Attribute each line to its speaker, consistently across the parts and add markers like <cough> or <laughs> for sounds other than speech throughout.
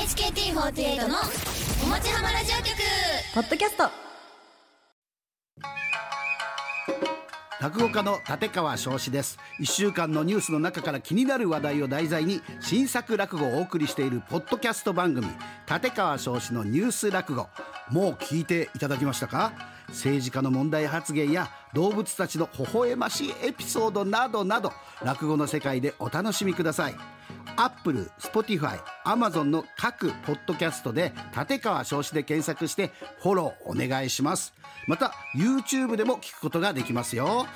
Speaker 1: AKT48 のおもちはまラジオ局
Speaker 2: ポッドキャスト
Speaker 3: 落語家の立川翔志です1週間のニュースの中から気になる話題を題材に新作落語をお送りしているポッドキャスト番組立川翔志のニュース落語もう聞いていただきましたか政治家の問題発言や動物たちの微笑ましいエピソードなどなど落語の世界でお楽しみくださいアップル、スポティファイ、アマゾンの各ポッドキャストで立川少子で検索してフォローお願いします。また YouTube でも聞くことができますよ。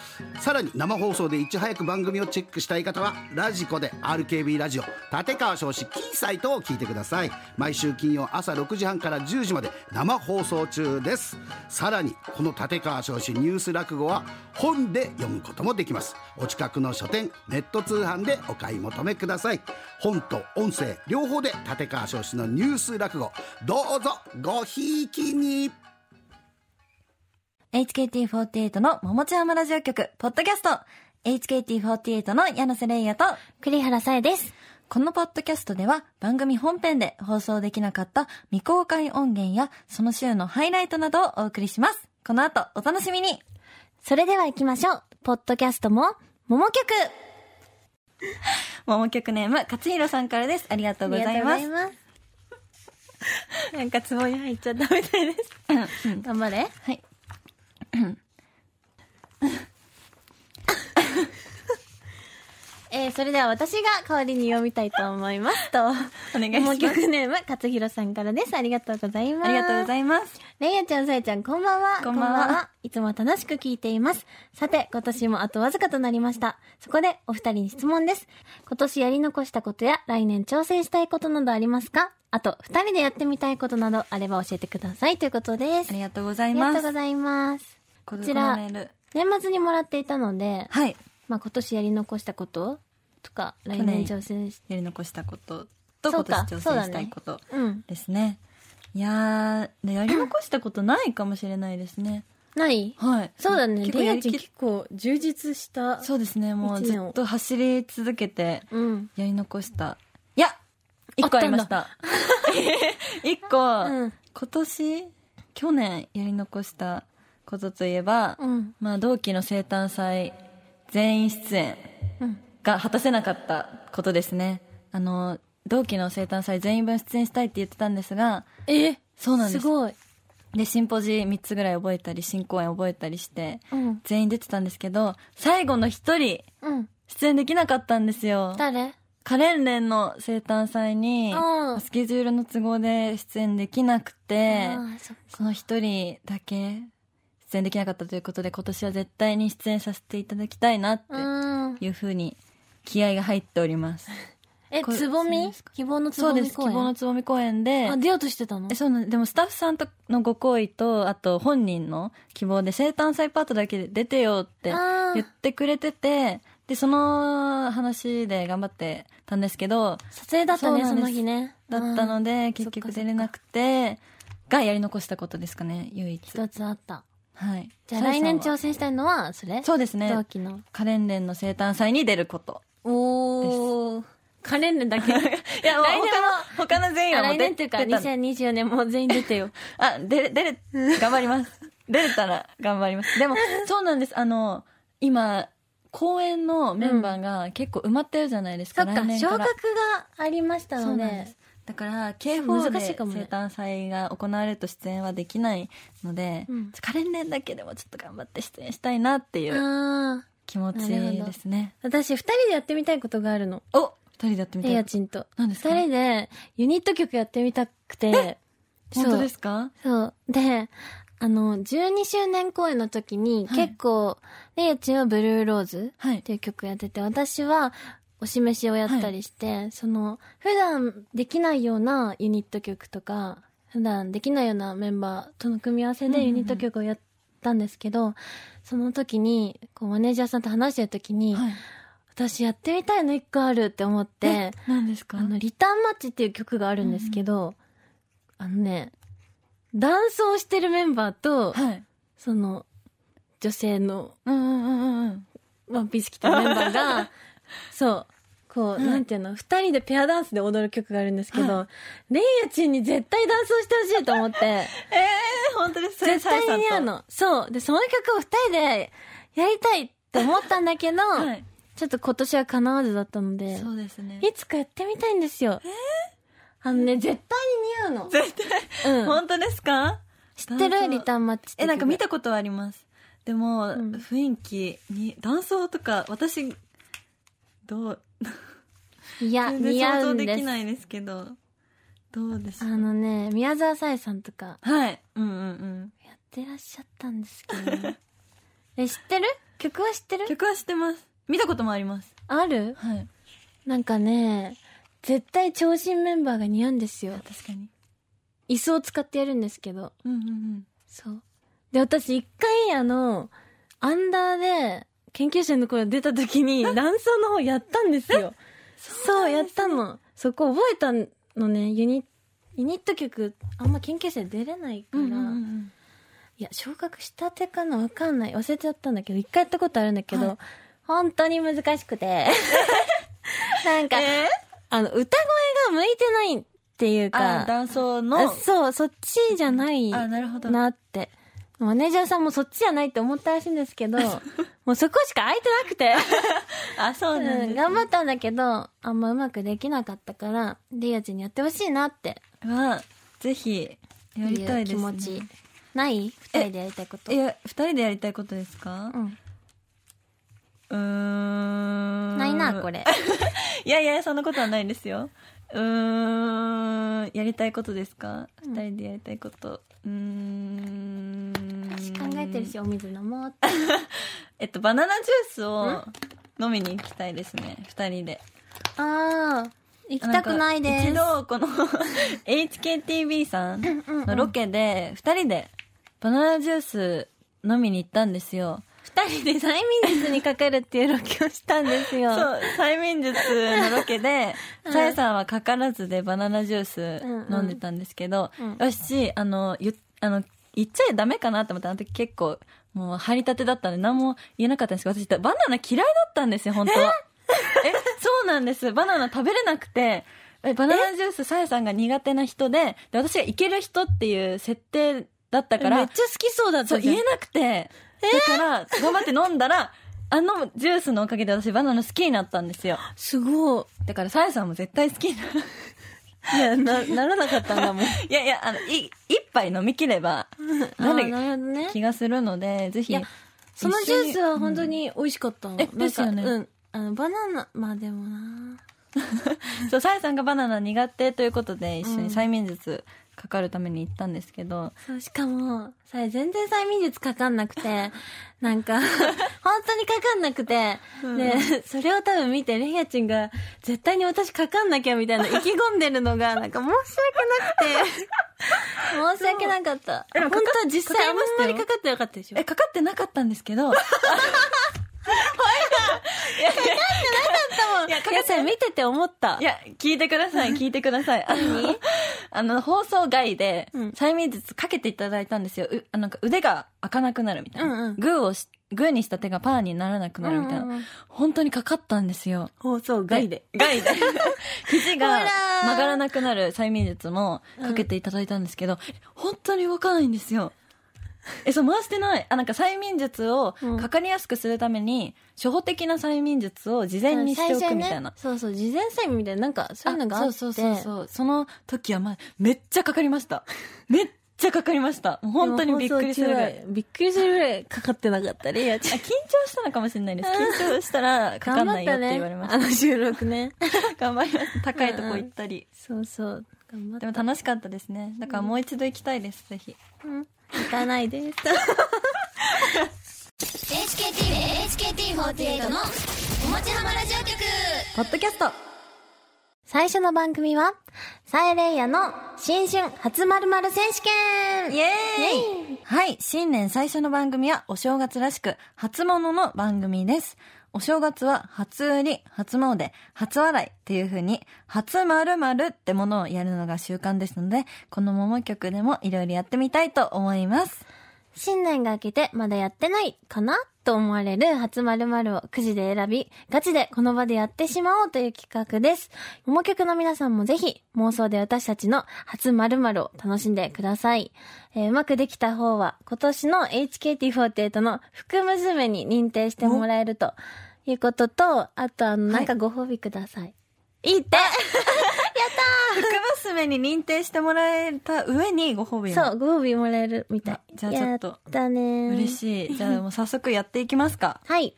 Speaker 3: さらに生放送でいち早く番組をチェックしたい方はラジコで RKB ラジオ立川少子キーサイトを聞いてください。毎週金曜朝6時半から10時まで生放送中です。さらにこの立川少子ニュース落語は本で読むこともできます。お近くの書店、ネット通販でお買い求めください。本と音声両方で立川少子のニュース落語どうぞごひいきに
Speaker 2: HKT48 のももちはまラジオ局ポッドキャスト HKT48 の柳瀬玲也と
Speaker 1: 栗原さえです
Speaker 2: このポッドキャストでは番組本編で放送できなかった未公開音源やその週のハイライトなどをお送りしますこの後お楽しみに
Speaker 1: それでは行きましょうポッドキャストももも曲
Speaker 2: もも曲ネーム勝弘さんからですありがとうございます
Speaker 1: なんかつぼに入っちゃったみたいです頑張れ
Speaker 2: はい。
Speaker 1: えー、それでは私が代わりに読みたいと思いますとお
Speaker 2: <laughs> 願いします
Speaker 1: 曲ネーム勝弘さんからですありがとうございます
Speaker 2: ありがとうございます
Speaker 1: レイヤちゃん、さえちゃん、こんばんは。
Speaker 2: こんばんは
Speaker 1: はいつも楽しく聞いています。さて、今年もあとわずかとなりました。そこで、お二人に質問です。今年やり残したことや、来年挑戦したいことなどありますかあと、二人でやってみたいことなどあれば教えてくださいということです。
Speaker 2: あ
Speaker 1: あ
Speaker 2: りがとうござい
Speaker 1: り
Speaker 2: ま
Speaker 1: が
Speaker 2: す
Speaker 1: とうございます。
Speaker 2: こ
Speaker 1: こちら
Speaker 2: のメール
Speaker 1: 年末にもらっていたので、
Speaker 2: はい
Speaker 1: まあ今年やり残したこととか、来
Speaker 2: 去
Speaker 1: 年
Speaker 2: 年
Speaker 1: 挑戦し、
Speaker 2: やり残したことと
Speaker 1: そう
Speaker 2: 今
Speaker 1: か
Speaker 2: 年挑戦したいこと
Speaker 1: うん。
Speaker 2: ですねいやーでやり残したことないかもしれないですね
Speaker 1: ない
Speaker 2: はい
Speaker 1: そうだね。
Speaker 2: 結
Speaker 1: レ
Speaker 2: 構
Speaker 1: イ
Speaker 2: や
Speaker 1: ヤ
Speaker 2: り
Speaker 1: ちゃん
Speaker 2: き
Speaker 1: 結構充実した。
Speaker 2: そうですねもうずっと走り続けて
Speaker 1: うん。
Speaker 2: やり残したいや一個ありました <laughs> 一個、
Speaker 1: うん
Speaker 2: 今年去年やり残したことといえば、
Speaker 1: うん。
Speaker 2: まあ、同期の生誕祭全員出演
Speaker 1: うん。
Speaker 2: が果たせなかったことですねあの同期の生誕祭全員分出演したいって言ってたんですが
Speaker 1: え
Speaker 2: そうなんです
Speaker 1: すごい。
Speaker 2: でシンポジ3つぐらい覚えたり新公演覚えたりして
Speaker 1: うん。
Speaker 2: 全員出てたんですけど最後の1人
Speaker 1: うん。
Speaker 2: 出演できなかったんですよ
Speaker 1: 誰
Speaker 2: カレンレンの生誕祭に
Speaker 1: うん
Speaker 2: スケジュールの都合で出演できなくて
Speaker 1: あーそっ
Speaker 2: その一人だけ出演できなかったということで今年は絶対に出演させていただきたいなっ
Speaker 1: うーん。
Speaker 2: ていうふうに気合が入っております
Speaker 1: え、
Speaker 2: これ
Speaker 1: つぼ
Speaker 2: そう
Speaker 1: み
Speaker 2: ですか
Speaker 1: 希望のつ
Speaker 2: そ
Speaker 1: ぼ
Speaker 2: うで
Speaker 1: み
Speaker 2: す希
Speaker 1: 公演
Speaker 2: 望のつぼみ公演で
Speaker 1: あ、出ようとしてたの
Speaker 2: えそうなんでもスタッフさんとのご好意とあと本人の希望で生誕祭パートだけで出てよって
Speaker 1: あー
Speaker 2: 言ってくれててでその話で頑張ってたんですけど
Speaker 1: 撮影だったね、
Speaker 2: そう
Speaker 1: そ
Speaker 2: なんです
Speaker 1: の日ね。
Speaker 2: だったの
Speaker 1: で。
Speaker 2: で結局出れなくてがやり残したことですかね唯一
Speaker 1: 一つあった。
Speaker 2: はい
Speaker 1: じゃあ来年
Speaker 2: さやさんは
Speaker 1: 挑戦したいのは、それ
Speaker 2: そうですね
Speaker 1: 同期の。
Speaker 2: カレンレンの生誕祭に出ること
Speaker 1: おー。カレンレンだけ。
Speaker 2: いやもう
Speaker 1: 来年は
Speaker 2: 他の他の全員
Speaker 1: あ
Speaker 2: は
Speaker 1: <laughs> 来
Speaker 2: もう
Speaker 1: 年っていうか、
Speaker 2: 出たんで
Speaker 1: 2024年もう全員出てよ。
Speaker 2: あ、出れ、出れ、頑張り <laughs> ます。出れたら頑張ります。でも、そうなんです。あの、今、公演のメンバーが結構埋まってるじゃないです
Speaker 1: <laughs> そ
Speaker 2: か。
Speaker 1: っか、
Speaker 2: 来年
Speaker 1: 昇
Speaker 2: から
Speaker 1: 格がありました
Speaker 2: そう
Speaker 1: の
Speaker 2: なんで。。
Speaker 1: です
Speaker 2: だから、K4 で
Speaker 1: 難しい
Speaker 2: 生
Speaker 1: かもね
Speaker 2: 誕祭が行われると出演はできないので、
Speaker 1: うん
Speaker 2: カレンレンだけでもちょっと頑張って出演したいなっていう
Speaker 1: あー。
Speaker 2: 気持ちですね。
Speaker 1: 私、二人でやってみたいことがあるの。
Speaker 2: お二人でやってみ
Speaker 1: レ
Speaker 2: た
Speaker 1: イヤ
Speaker 2: い。
Speaker 1: チンと。
Speaker 2: 何ですか
Speaker 1: 二人でユニット曲やってみたくて。
Speaker 2: 本当ですすか
Speaker 1: そう。で、あの、12周年公演の時に
Speaker 2: はい
Speaker 1: 結構、レイヤチンはブルーローズ
Speaker 2: はい
Speaker 1: っていう曲やってて、私はお示しをやったりして、その、普段できないようなユニット曲とか、普段できないようなメンバーとの組み合わせ
Speaker 2: うんう
Speaker 1: で
Speaker 2: んうん
Speaker 1: ユニット曲をやったんですけど、その時に、こうマネージャーさんと話してる時に、
Speaker 2: はい。
Speaker 1: 私やってみたいの一個あるって思って
Speaker 2: え、何ですか
Speaker 1: あの、リターンマッチっていう曲があるんですけど、あのね、男装してるメンバーと、
Speaker 2: はい。
Speaker 1: その、女性の
Speaker 2: うんうんうんうんうん。 <laughs>
Speaker 1: ワンピース着たメンバーが、そう、
Speaker 4: こう、なんていうの、二人でペアダンスで踊る曲があるんですけど、レイヤちんに絶対ダンスをしてほしいと思って、
Speaker 2: えー、本当ですそれ
Speaker 4: 絶対にやるの。そう。で、その曲を二人でやりたいって思ったんだけど、
Speaker 2: サイさんと <laughs> はい
Speaker 4: ちょっと今年は叶わずだったので、
Speaker 2: そうですね
Speaker 4: いつかやってみたいんですよ。あのね、絶対に似合うの。
Speaker 2: 絶対
Speaker 4: うん。
Speaker 2: 本当ですか
Speaker 4: 知っ
Speaker 2: ダ
Speaker 4: て
Speaker 2: ンス
Speaker 4: る
Speaker 2: を
Speaker 4: リターンマッチって
Speaker 2: えなんか見
Speaker 4: た
Speaker 2: たことはありますでも、
Speaker 4: うん
Speaker 2: 雰囲気に男装とか私どう
Speaker 4: いや
Speaker 2: 全然
Speaker 4: 似
Speaker 2: 想
Speaker 4: 合う
Speaker 2: 像
Speaker 4: ん
Speaker 2: で
Speaker 4: で
Speaker 2: き
Speaker 4: す
Speaker 2: ないですけどどうでし
Speaker 4: あ
Speaker 2: ょう
Speaker 4: のね宮沢さえさんとか
Speaker 2: はいうんうん
Speaker 4: やってらっしゃったんですけ
Speaker 2: <laughs>
Speaker 4: どえ知ってる曲は知って
Speaker 2: うん
Speaker 4: る
Speaker 2: 曲は知ってます見たこともあります
Speaker 4: ある
Speaker 2: はい
Speaker 4: なんかね絶対長身メンバーが似合うんですよ
Speaker 2: 確かに
Speaker 4: 椅子を使ってやるんですけど
Speaker 2: うんうんうん
Speaker 4: そうで私一回あのアンダーで研究者の頃出た時
Speaker 2: <laughs>
Speaker 4: に男装の方やったんですよそうやったのそこ覚えたのねユニユニット曲あんま研究者出れないか
Speaker 2: う
Speaker 4: ら、
Speaker 2: んうんうんうん
Speaker 4: いや昇格したてかなわかんない忘れちゃったんだけど一回やったことあるんだけど、
Speaker 2: はい
Speaker 4: 本当に難し
Speaker 2: <laughs>
Speaker 4: くてなんか、
Speaker 2: え
Speaker 4: あの歌声が向いてないっていう
Speaker 2: あ
Speaker 4: か
Speaker 2: 男装の
Speaker 4: あそうそっちじゃない
Speaker 2: あなるほど
Speaker 4: なってマネージャーさんもそっちじゃないって思ったらしいんです <laughs> けどもうそこしか空いてなくて
Speaker 2: あそうなんです、
Speaker 4: うん頑張ったんだけどあんまうまくできなかったからリアちんにやってほしいなって
Speaker 2: はぜひやりたいです、ね、
Speaker 4: いう気持ちない二人でやりたいこと
Speaker 2: いや二人でやりたいことですか
Speaker 4: うん、
Speaker 2: うーん
Speaker 4: ないなこれ
Speaker 2: いやいや、そんなことはないですよ。うーん、やりたいことですか
Speaker 4: うん
Speaker 2: 二人でやりたいこと。うーん。
Speaker 4: 私考えてるし。お水飲もうって
Speaker 2: えっと、バナナジュースを飲みに行きたいですね。二人で。
Speaker 4: ああ行きたくないです
Speaker 2: んか一度、
Speaker 4: <laughs>
Speaker 2: この HKTV さん
Speaker 4: うんうん
Speaker 2: のロケで、二人でバナナジュース飲みに行ったんですよ。
Speaker 4: 二人で催眠術にかかるっていうロケをしたんですよ
Speaker 2: そう、催眠術のロケで、
Speaker 4: <laughs> うん
Speaker 2: さやさんはかからずでバナナジュース飲んでたんですけど、
Speaker 4: うんうん
Speaker 2: 私、あの、ゆあの、言っちゃダメかなと思ったあの時結構、もう張り立てだったんで何も言えなかったんですけど、私、バナナ嫌いだったんですよ、本当は。え、そうなんです。バナナ食べれなくて、えバナナジュース、さやさんが苦手な人で、で、私がいける人っていう設定だったか
Speaker 4: めっ
Speaker 2: ら
Speaker 4: ち、ゃ好きそうだっ
Speaker 2: そ
Speaker 4: た
Speaker 2: う、
Speaker 4: じゃん
Speaker 2: 言えなくて。だから、頑張って飲んだら、あのジュースのおかげで私バナナ好きになったんですよ。
Speaker 4: すごい
Speaker 2: だから、さやさんも絶対好きにな
Speaker 4: いやなならなかったんだもん
Speaker 2: いやいや、あの、い、一杯飲み切れば、
Speaker 4: あ
Speaker 2: な
Speaker 4: ーな
Speaker 2: る
Speaker 4: るほどね
Speaker 2: 気がするので、ぜ
Speaker 4: い
Speaker 2: ひ
Speaker 4: や。そのジュースは本当に美味しかったの
Speaker 2: えですよね
Speaker 4: なんかうん。あの、バナナ、まあでもな
Speaker 2: そう、さやさんがバナナ苦手ということで、一緒
Speaker 4: うん
Speaker 2: に催眠術かかるために行ったんですけど、
Speaker 4: そう、しかも、さえ全然催眠術かかんなく <laughs> て、なんか、本当にかかんなくて、で、それを多分見て、レイヤちんが、絶対に私かかんなきゃみたいな意気込んでるの <laughs> が、なんか申し訳 <laughs> なくて、申し訳なかった。
Speaker 2: でも
Speaker 4: 本
Speaker 2: かか
Speaker 4: 当は実際
Speaker 2: かか
Speaker 4: あ
Speaker 2: り
Speaker 4: ん
Speaker 2: ま
Speaker 4: ま
Speaker 2: したよ
Speaker 4: りかかってなかったでしょ
Speaker 2: え、かかってなかったんですけど、
Speaker 4: いや、かかって見てて思った。
Speaker 2: いや、聞いてくだ
Speaker 4: <laughs>
Speaker 2: さい、聞いてください。あの、 <laughs> あの放送外で、
Speaker 4: うん
Speaker 2: 催眠術かけていただいたんですよ。うあなんか腕が開かなくなるみたいな。
Speaker 4: うんうん
Speaker 2: グーをし、グーにした手がパーにならなくなるみたいな。
Speaker 4: うんうんうん
Speaker 2: 本当にかかったんですよ。
Speaker 4: 放送外で。
Speaker 2: 外で。 <laughs> 肘
Speaker 4: ほ
Speaker 2: が
Speaker 4: らー
Speaker 2: 曲がらなくなる催眠術もかけていただいたんですけど、本当に動かないんです
Speaker 4: <laughs>
Speaker 2: よ。え、そう、回してない。あ、なんか催眠術を
Speaker 4: うん
Speaker 2: かかりやすくするために、初歩的な催眠術を事前にしておくみたいな。
Speaker 4: 最初ね、そうそう、事前催眠みたいな、なんか、そういうのがあって。
Speaker 2: そうそうそうそうその時は、まあ、めっちゃかかりましためっちゃかかりましたもう本当にびっくりするぐらい
Speaker 4: でも放送中はびっくりするぐらいかかってなかったね、や
Speaker 2: あ
Speaker 4: ちゃ
Speaker 2: <laughs> 緊張したのかもしれないです緊張したらかか
Speaker 4: 頑
Speaker 2: んな
Speaker 4: 張
Speaker 2: い
Speaker 4: っ
Speaker 2: よったて
Speaker 4: ね。
Speaker 2: 言われまし
Speaker 4: あの収録ね。
Speaker 2: た <laughs> 頑張ります高いとこ行ったり
Speaker 4: そうそう。頑張っ
Speaker 2: で
Speaker 4: た。
Speaker 2: も楽しかったですねだからもう一度行きたいですぜひ
Speaker 4: うん行かないです。
Speaker 1: HKT HKT48 のおもちはまラジオ局
Speaker 2: ポッドキャスト
Speaker 4: <laughs> 最初の番組は、サエレイヤの新春初〇〇選手権
Speaker 2: イエーイはい、新年最初の番組はお正月らしく、初物の番組です。お正月は初売り、初詣、初笑いっていう風に、初〇〇ってものをやるのが習慣ですので、この桃曲でもいろいろやってみたいと思います。
Speaker 4: 新年が明けてまだやってないかなと思われる初〇〇をくじで選び、ガチでこの場でやってしまおうという企画です。おも曲の皆さんもぜひ妄想で私たちの初〇〇を楽しんでください。えーうまくできた方は今年の HKT48 の福娘に認定してもらえるということと、あとあの、なんかご褒美ください。い、いって
Speaker 2: 福娘に認定してもらえた上にご褒美
Speaker 4: そう、ご褒美もらえるみたい。
Speaker 2: じゃあちょっと
Speaker 4: やったね
Speaker 2: 嬉
Speaker 4: い。
Speaker 2: しい。じゃあもう早速やっていきますか。
Speaker 4: はい。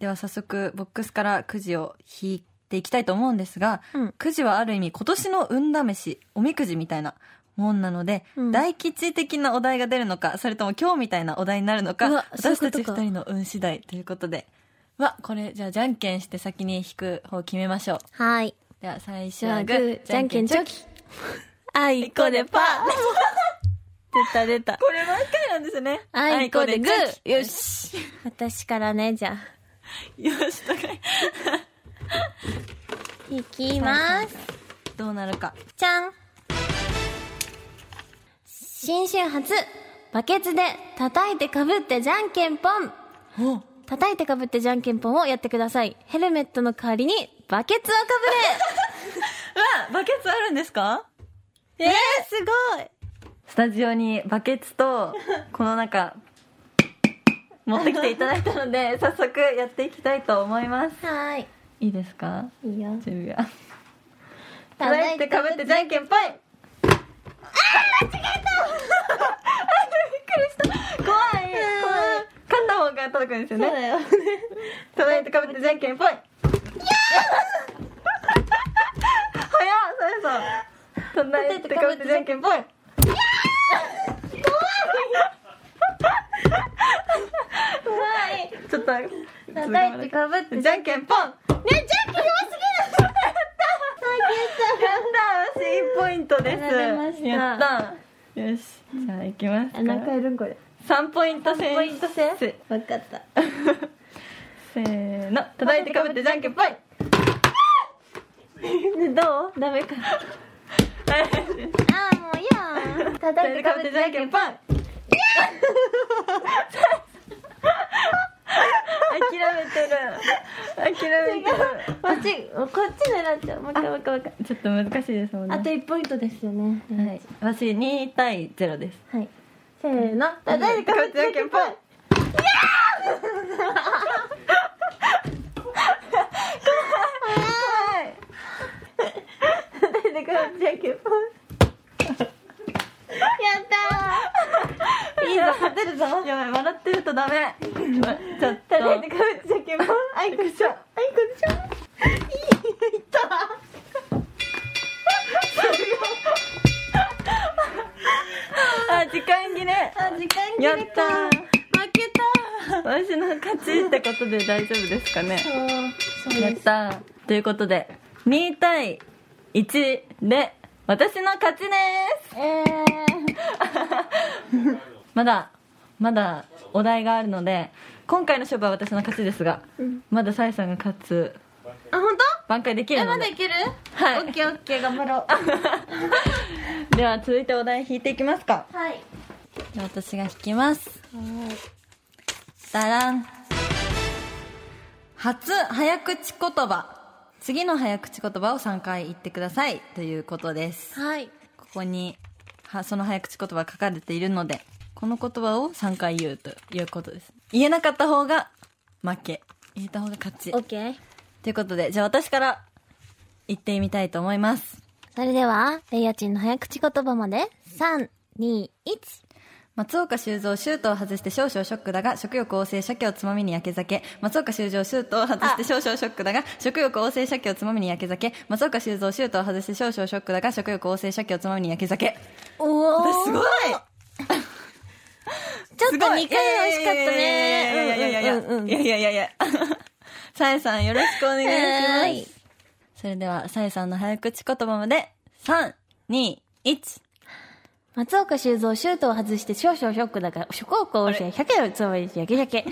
Speaker 2: では早速ボックスからくじを引いていきたいと思うんですが、
Speaker 4: うん
Speaker 2: くじはある意味今年の運試し、おみくじみたいなもんなので、
Speaker 4: うん
Speaker 2: 大吉的なお題が出るのか、それとも今日みたいなお題になるのか
Speaker 4: うわ、そうい
Speaker 2: 私
Speaker 4: うこ
Speaker 2: た
Speaker 4: と
Speaker 2: ち
Speaker 4: か
Speaker 2: 二人の運次第ということで。うわ、これじゃあじゃんけんして先に引く方決めましょう。
Speaker 4: はい。
Speaker 2: では最初
Speaker 4: じゃ
Speaker 2: は
Speaker 4: あ、
Speaker 2: グ
Speaker 4: グ
Speaker 2: ー
Speaker 4: ー、、じゃんけんチョ <laughs> キ。あい
Speaker 2: こでパー
Speaker 4: <laughs> 出た出た。
Speaker 2: これ毎回なんですね。
Speaker 4: あいこでグ
Speaker 2: あいこでチョ
Speaker 4: ー。
Speaker 2: キ
Speaker 4: よし。私からね、じゃあ。
Speaker 2: よし、高い。
Speaker 4: いきます。
Speaker 2: どうなるか。
Speaker 4: じゃん。新春初、バケツで叩いてかぶってじゃんけんぽん。
Speaker 2: お
Speaker 4: 叩いてかぶってじゃんけんぽんをやってください。ヘルメットの代わりにバケツをか
Speaker 2: うわバケツあるんですか
Speaker 4: ぶれえー、すごい
Speaker 2: スタジオにバケツとこの中持ってきていただいたの <laughs> で早速やっていきたいと思います
Speaker 4: はーい。
Speaker 2: いいですか
Speaker 4: いいよ。
Speaker 2: 準備は叩いてかぶってじゃんけんぽいあ <laughs> ー間違えたあーびっくりした怖い怖い勝った方が届くんですよね
Speaker 4: よ。
Speaker 2: 叩いてかぶってじゃんけんぽい早っさやさん叩いてかぶってじゃんけんぽい怖い怖いちょっと
Speaker 4: 叩いてかぶって
Speaker 2: じゃんけんぽんねじゃんけん弱すぎるやったやった私1ポイントです
Speaker 4: やられました
Speaker 2: やったよしじゃあ行きますか
Speaker 4: いるんこれ。
Speaker 2: 3ポイント制
Speaker 4: ポイント制
Speaker 2: せ
Speaker 4: わかった。
Speaker 2: せーの叩いてかぶってじゃんけんぽい
Speaker 4: どうダメか。ああ、もういいやん。 <laughs> 叩いてかぶって
Speaker 2: じゃんけん
Speaker 4: <laughs>
Speaker 2: ぽん諦めてる諦めてる
Speaker 4: こっち、こっち狙っちゃう。もう一回もう一回もう一回。
Speaker 2: ちょっと難しいですもんね
Speaker 4: あと1ポイントですよね。
Speaker 2: はい私2対0です
Speaker 4: はい。せーの。叩いてかぶってじゃんけんぽん。叩いてかぶってじゃんけんぽん。
Speaker 2: いいぞ勝てるぞやばい笑ってるとダメちょっと
Speaker 4: 叩いてかぶってじゃんけんぽん。あいこちゃん。あいこちゃん。いい、いった。
Speaker 2: あ時間切れ
Speaker 4: あ時間切
Speaker 2: や
Speaker 4: れ
Speaker 2: った
Speaker 4: か
Speaker 2: ー
Speaker 4: 負けた
Speaker 2: 私の勝ちってことで大丈夫ですかね
Speaker 4: そう
Speaker 2: や
Speaker 4: で
Speaker 2: っ
Speaker 4: す
Speaker 2: たということで2対1で私の勝ちです
Speaker 4: え
Speaker 2: まだまだお題があるので今回の勝負は私の勝ちですが、まだサイさんが勝つ
Speaker 4: あ本
Speaker 2: 挽回でき
Speaker 4: 当
Speaker 2: る
Speaker 4: えま
Speaker 2: の
Speaker 4: だ
Speaker 2: で、
Speaker 4: いける
Speaker 2: はい
Speaker 4: オッケーオッケー頑張ろう
Speaker 2: では続いてお題引いていきますか
Speaker 4: はい
Speaker 2: じゃあ私が引きますだらん初早口言葉次の早口言葉を3回言ってくださいということです
Speaker 4: はい
Speaker 2: ここにはその早口言葉が書かれているのでこの言葉を3回言うということです言えなかった方が負け言えた方が勝ち
Speaker 4: オッケー
Speaker 2: ということでじゃあ私から言ってみたいと思います
Speaker 4: それではレイヤチンの早口言葉まで三二一
Speaker 2: 松岡修造シュートを外して少々ショックだが食欲旺盛鮭をつまみに焼け酒松岡修造シュートを外して少々ショックだが食欲旺盛鮭をつまみに焼け酒松岡修造シュートを外して少々ショックだが食欲旺盛鮭をつまみに焼け酒
Speaker 4: おお
Speaker 2: 私すごい
Speaker 4: ちょっ
Speaker 2: す
Speaker 4: と2
Speaker 2: ご
Speaker 4: 回
Speaker 2: い
Speaker 4: 惜しかったね
Speaker 2: いやいやいやいや
Speaker 4: うんうんうん
Speaker 2: いやいやいやいやさえさんよろしくお願
Speaker 4: はい
Speaker 2: し
Speaker 4: い
Speaker 2: ますそれではさえさんの早口言葉まで321
Speaker 4: 松岡修造シュートを外して少々ショックだから食欲旺盛100をつまり焼け焼け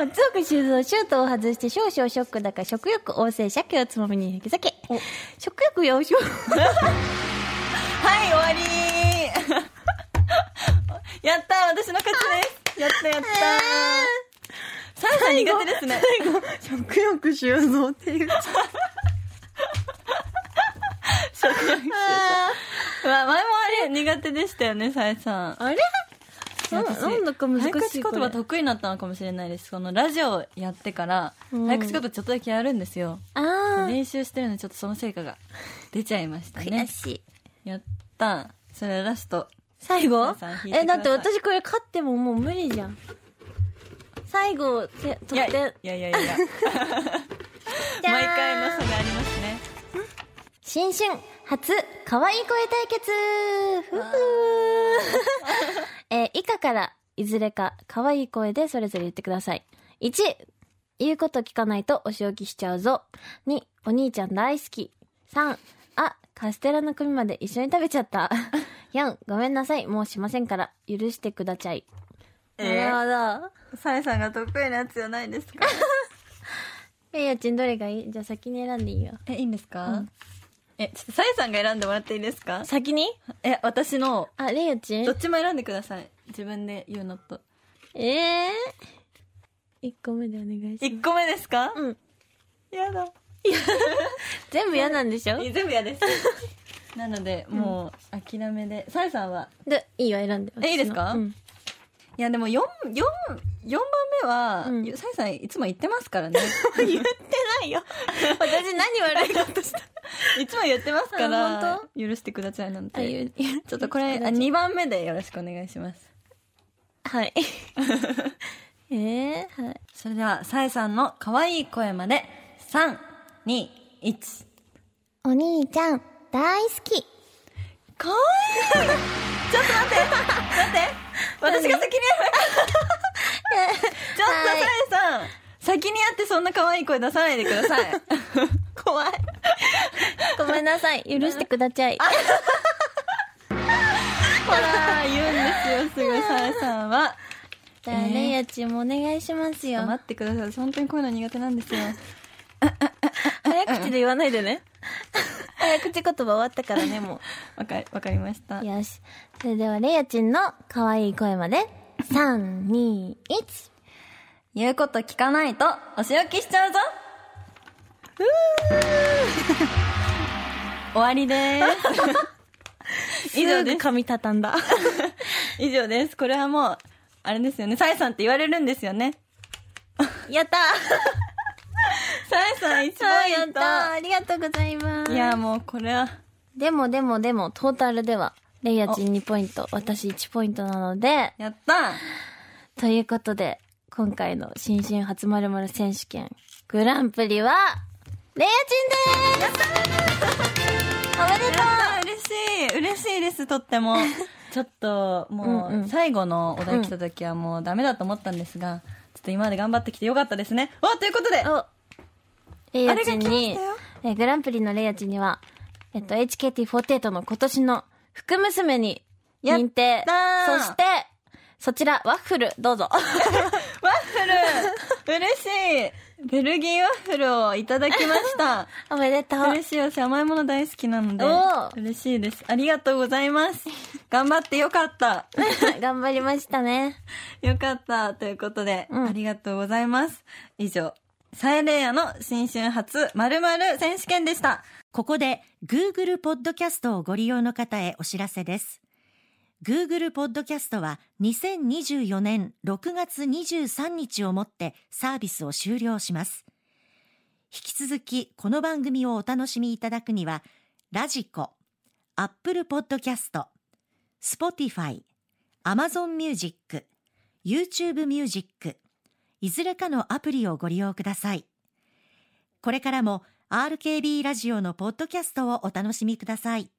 Speaker 4: 松岡修造シュートを外して少々ショックだから食欲旺盛鮭をつまみに焼け酒食欲よしょ
Speaker 2: はい <laughs> 終わりやった私の勝ちですやったやったサラさん苦手ですね。
Speaker 4: 食欲収蔵って
Speaker 2: <laughs>
Speaker 4: いう。
Speaker 2: まあ、前もあれ苦手でしたよね、さえさん。
Speaker 4: あれなん
Speaker 2: 私
Speaker 4: なんだか難しい
Speaker 2: 早口言
Speaker 4: こ
Speaker 2: 葉
Speaker 4: れ
Speaker 2: 得意になったのかもしれないです。このラジオやってから、
Speaker 4: うん
Speaker 2: 早口言葉ちょっとだけやるんですよ。
Speaker 4: あ
Speaker 2: 練習してるので、ちょっとその成果が出ちゃいました
Speaker 4: あ、
Speaker 2: ね
Speaker 4: 悔。しい。
Speaker 2: やった。それラスト。
Speaker 4: 最後
Speaker 2: 皆さん弾いて
Speaker 4: え、
Speaker 2: く
Speaker 4: だ
Speaker 2: ださい
Speaker 4: って私これ勝ってももう無理じゃん。最後、て
Speaker 2: い
Speaker 4: 得
Speaker 2: や
Speaker 4: 点。
Speaker 2: いやい <laughs> やいや。
Speaker 4: じゃーん
Speaker 2: 毎回の差がありますね。
Speaker 4: 新春初可愛い声対決ふふー <laughs> えー以下からいずれか可愛い声でそれぞれ言ってください。1、言うこと聞かないとお仕置きしちゃうぞ。2、お兄ちゃん大好き。3、あ、カステラの組まで一緒に食べちゃ <laughs> った。4、ごめんなさい、もうしませんから、許してくだちゃい。
Speaker 2: えー
Speaker 4: なるほど。
Speaker 2: さえさんが得意なやつじゃないですか
Speaker 4: ペイヤちんどれがいいじゃあ先に選んでいいよ。
Speaker 2: <laughs> え、いいんですか、え、ちょっとさえさんが選んでもらっていいですか
Speaker 4: 先に
Speaker 2: え、私の、
Speaker 4: あ、レイヤちん
Speaker 2: どっちも選んでください。自分で言うのと。
Speaker 4: ええー。1個目でお願いします
Speaker 2: 1。個目ですか
Speaker 4: うん。
Speaker 2: やだ。
Speaker 4: 全部嫌なんでしょ
Speaker 2: い全部嫌です。 <laughs> なので、もう、諦めで。さえさんは
Speaker 4: で、いいよ、選んで。
Speaker 2: えいいですか
Speaker 4: 私のうん
Speaker 2: いや、でも4、四四番
Speaker 4: う
Speaker 2: 目
Speaker 4: ん
Speaker 2: は、さえさんいつも言ってますからね。言ってない
Speaker 4: <laughs>
Speaker 2: よ。
Speaker 4: 私何悪いことした
Speaker 2: <laughs> いつも言ってますか
Speaker 4: あ
Speaker 2: ら
Speaker 4: 本、
Speaker 2: 許してくださいなん
Speaker 4: あゆ
Speaker 2: て。ちょっとこれ、あ2番目でよろしくお願いします。
Speaker 4: はい。 <laughs> ええー、はい。
Speaker 2: それでは、さえさんの可愛い声まで、3、2、1。
Speaker 4: お兄ちゃん、大好き。
Speaker 2: かわいいちょっと待って待って私が先にやるちょっとさえさん、先にやってそんな可愛い声出さないでください <laughs> 怖い
Speaker 4: ごめんなさい。許してくだちゃい。
Speaker 2: ほら言うんですよすぐさえさんは
Speaker 4: じゃあ、
Speaker 2: えー
Speaker 4: レイヤちんもお願いしますよ。
Speaker 2: 待ってください私本当にこういうの苦手なんですよ
Speaker 4: 早口で言わないでね。 <laughs> 早口言葉終わったからね、も
Speaker 2: わかわかりました
Speaker 4: う。よし。それでは、レイヤちんの可愛い声まで。3、2、1。
Speaker 2: 言うこと聞かないとお仕置きしちゃうぞ終わりです <laughs> 以上です
Speaker 4: ぐ髪畳ん
Speaker 2: <laughs>
Speaker 4: だ。
Speaker 2: 以上です。これはもう、あれですよね。さえさんって言われるんですよね。
Speaker 4: や <laughs> った
Speaker 2: さえさん一
Speaker 4: あ
Speaker 2: 番
Speaker 4: ー
Speaker 2: や
Speaker 4: や
Speaker 2: っ
Speaker 4: った
Speaker 2: た。
Speaker 4: ありがとうございます。
Speaker 2: いや、もうこれは、
Speaker 4: でもでもでも、トータルでは、レイヤちん2ポイント、私1ポイントなので、
Speaker 2: やった。
Speaker 4: ということで、今回の新進初〇〇選手権、グランプリは、レイヤちんでーすおめでと
Speaker 2: あ嬉しい。嬉しいです、とっても。 <laughs> ちょっと、も
Speaker 4: うんうん
Speaker 2: う、最後のお題来た時はもうダメだと思ったんですが、ちょっと今まで頑張ってきてよかったですね。おということで、
Speaker 4: うおレイヤちん
Speaker 2: あれが来ま
Speaker 4: に
Speaker 2: したよ、
Speaker 4: えーグランプリのレイヤちんには、えっと、HKT48 の今年の福娘に
Speaker 2: やったー
Speaker 4: 認定、そして、そちら、ワッフル、どうぞ。 <laughs>
Speaker 2: ワッフル嬉しいベルギーワッフルをいただきま
Speaker 4: <laughs>
Speaker 2: した。
Speaker 4: おめで
Speaker 2: <laughs>
Speaker 4: とう。
Speaker 2: 嬉しい私甘いもの大好きなので
Speaker 4: おー
Speaker 2: 嬉しいですありがとうございます頑張ってよかった
Speaker 4: 頑張りましたね。
Speaker 2: よかったということで、
Speaker 4: うん
Speaker 2: ありがとうございます以上サエレイヤの新春初〇〇選手権でした
Speaker 5: ここで Google ポッドキャストをご利用の方へお知らせです。Google ポッドキャストは2024年6月23日をもってサービスを終了します。引き続きこの番組をお楽しみいただくには、ラジコ、Apple ポッドキャスト、Spotify、Amazon Music、YouTube Music、いずれかのアプリをご利用ください。これからも RKB ラジオのポッドキャストをお楽しみください。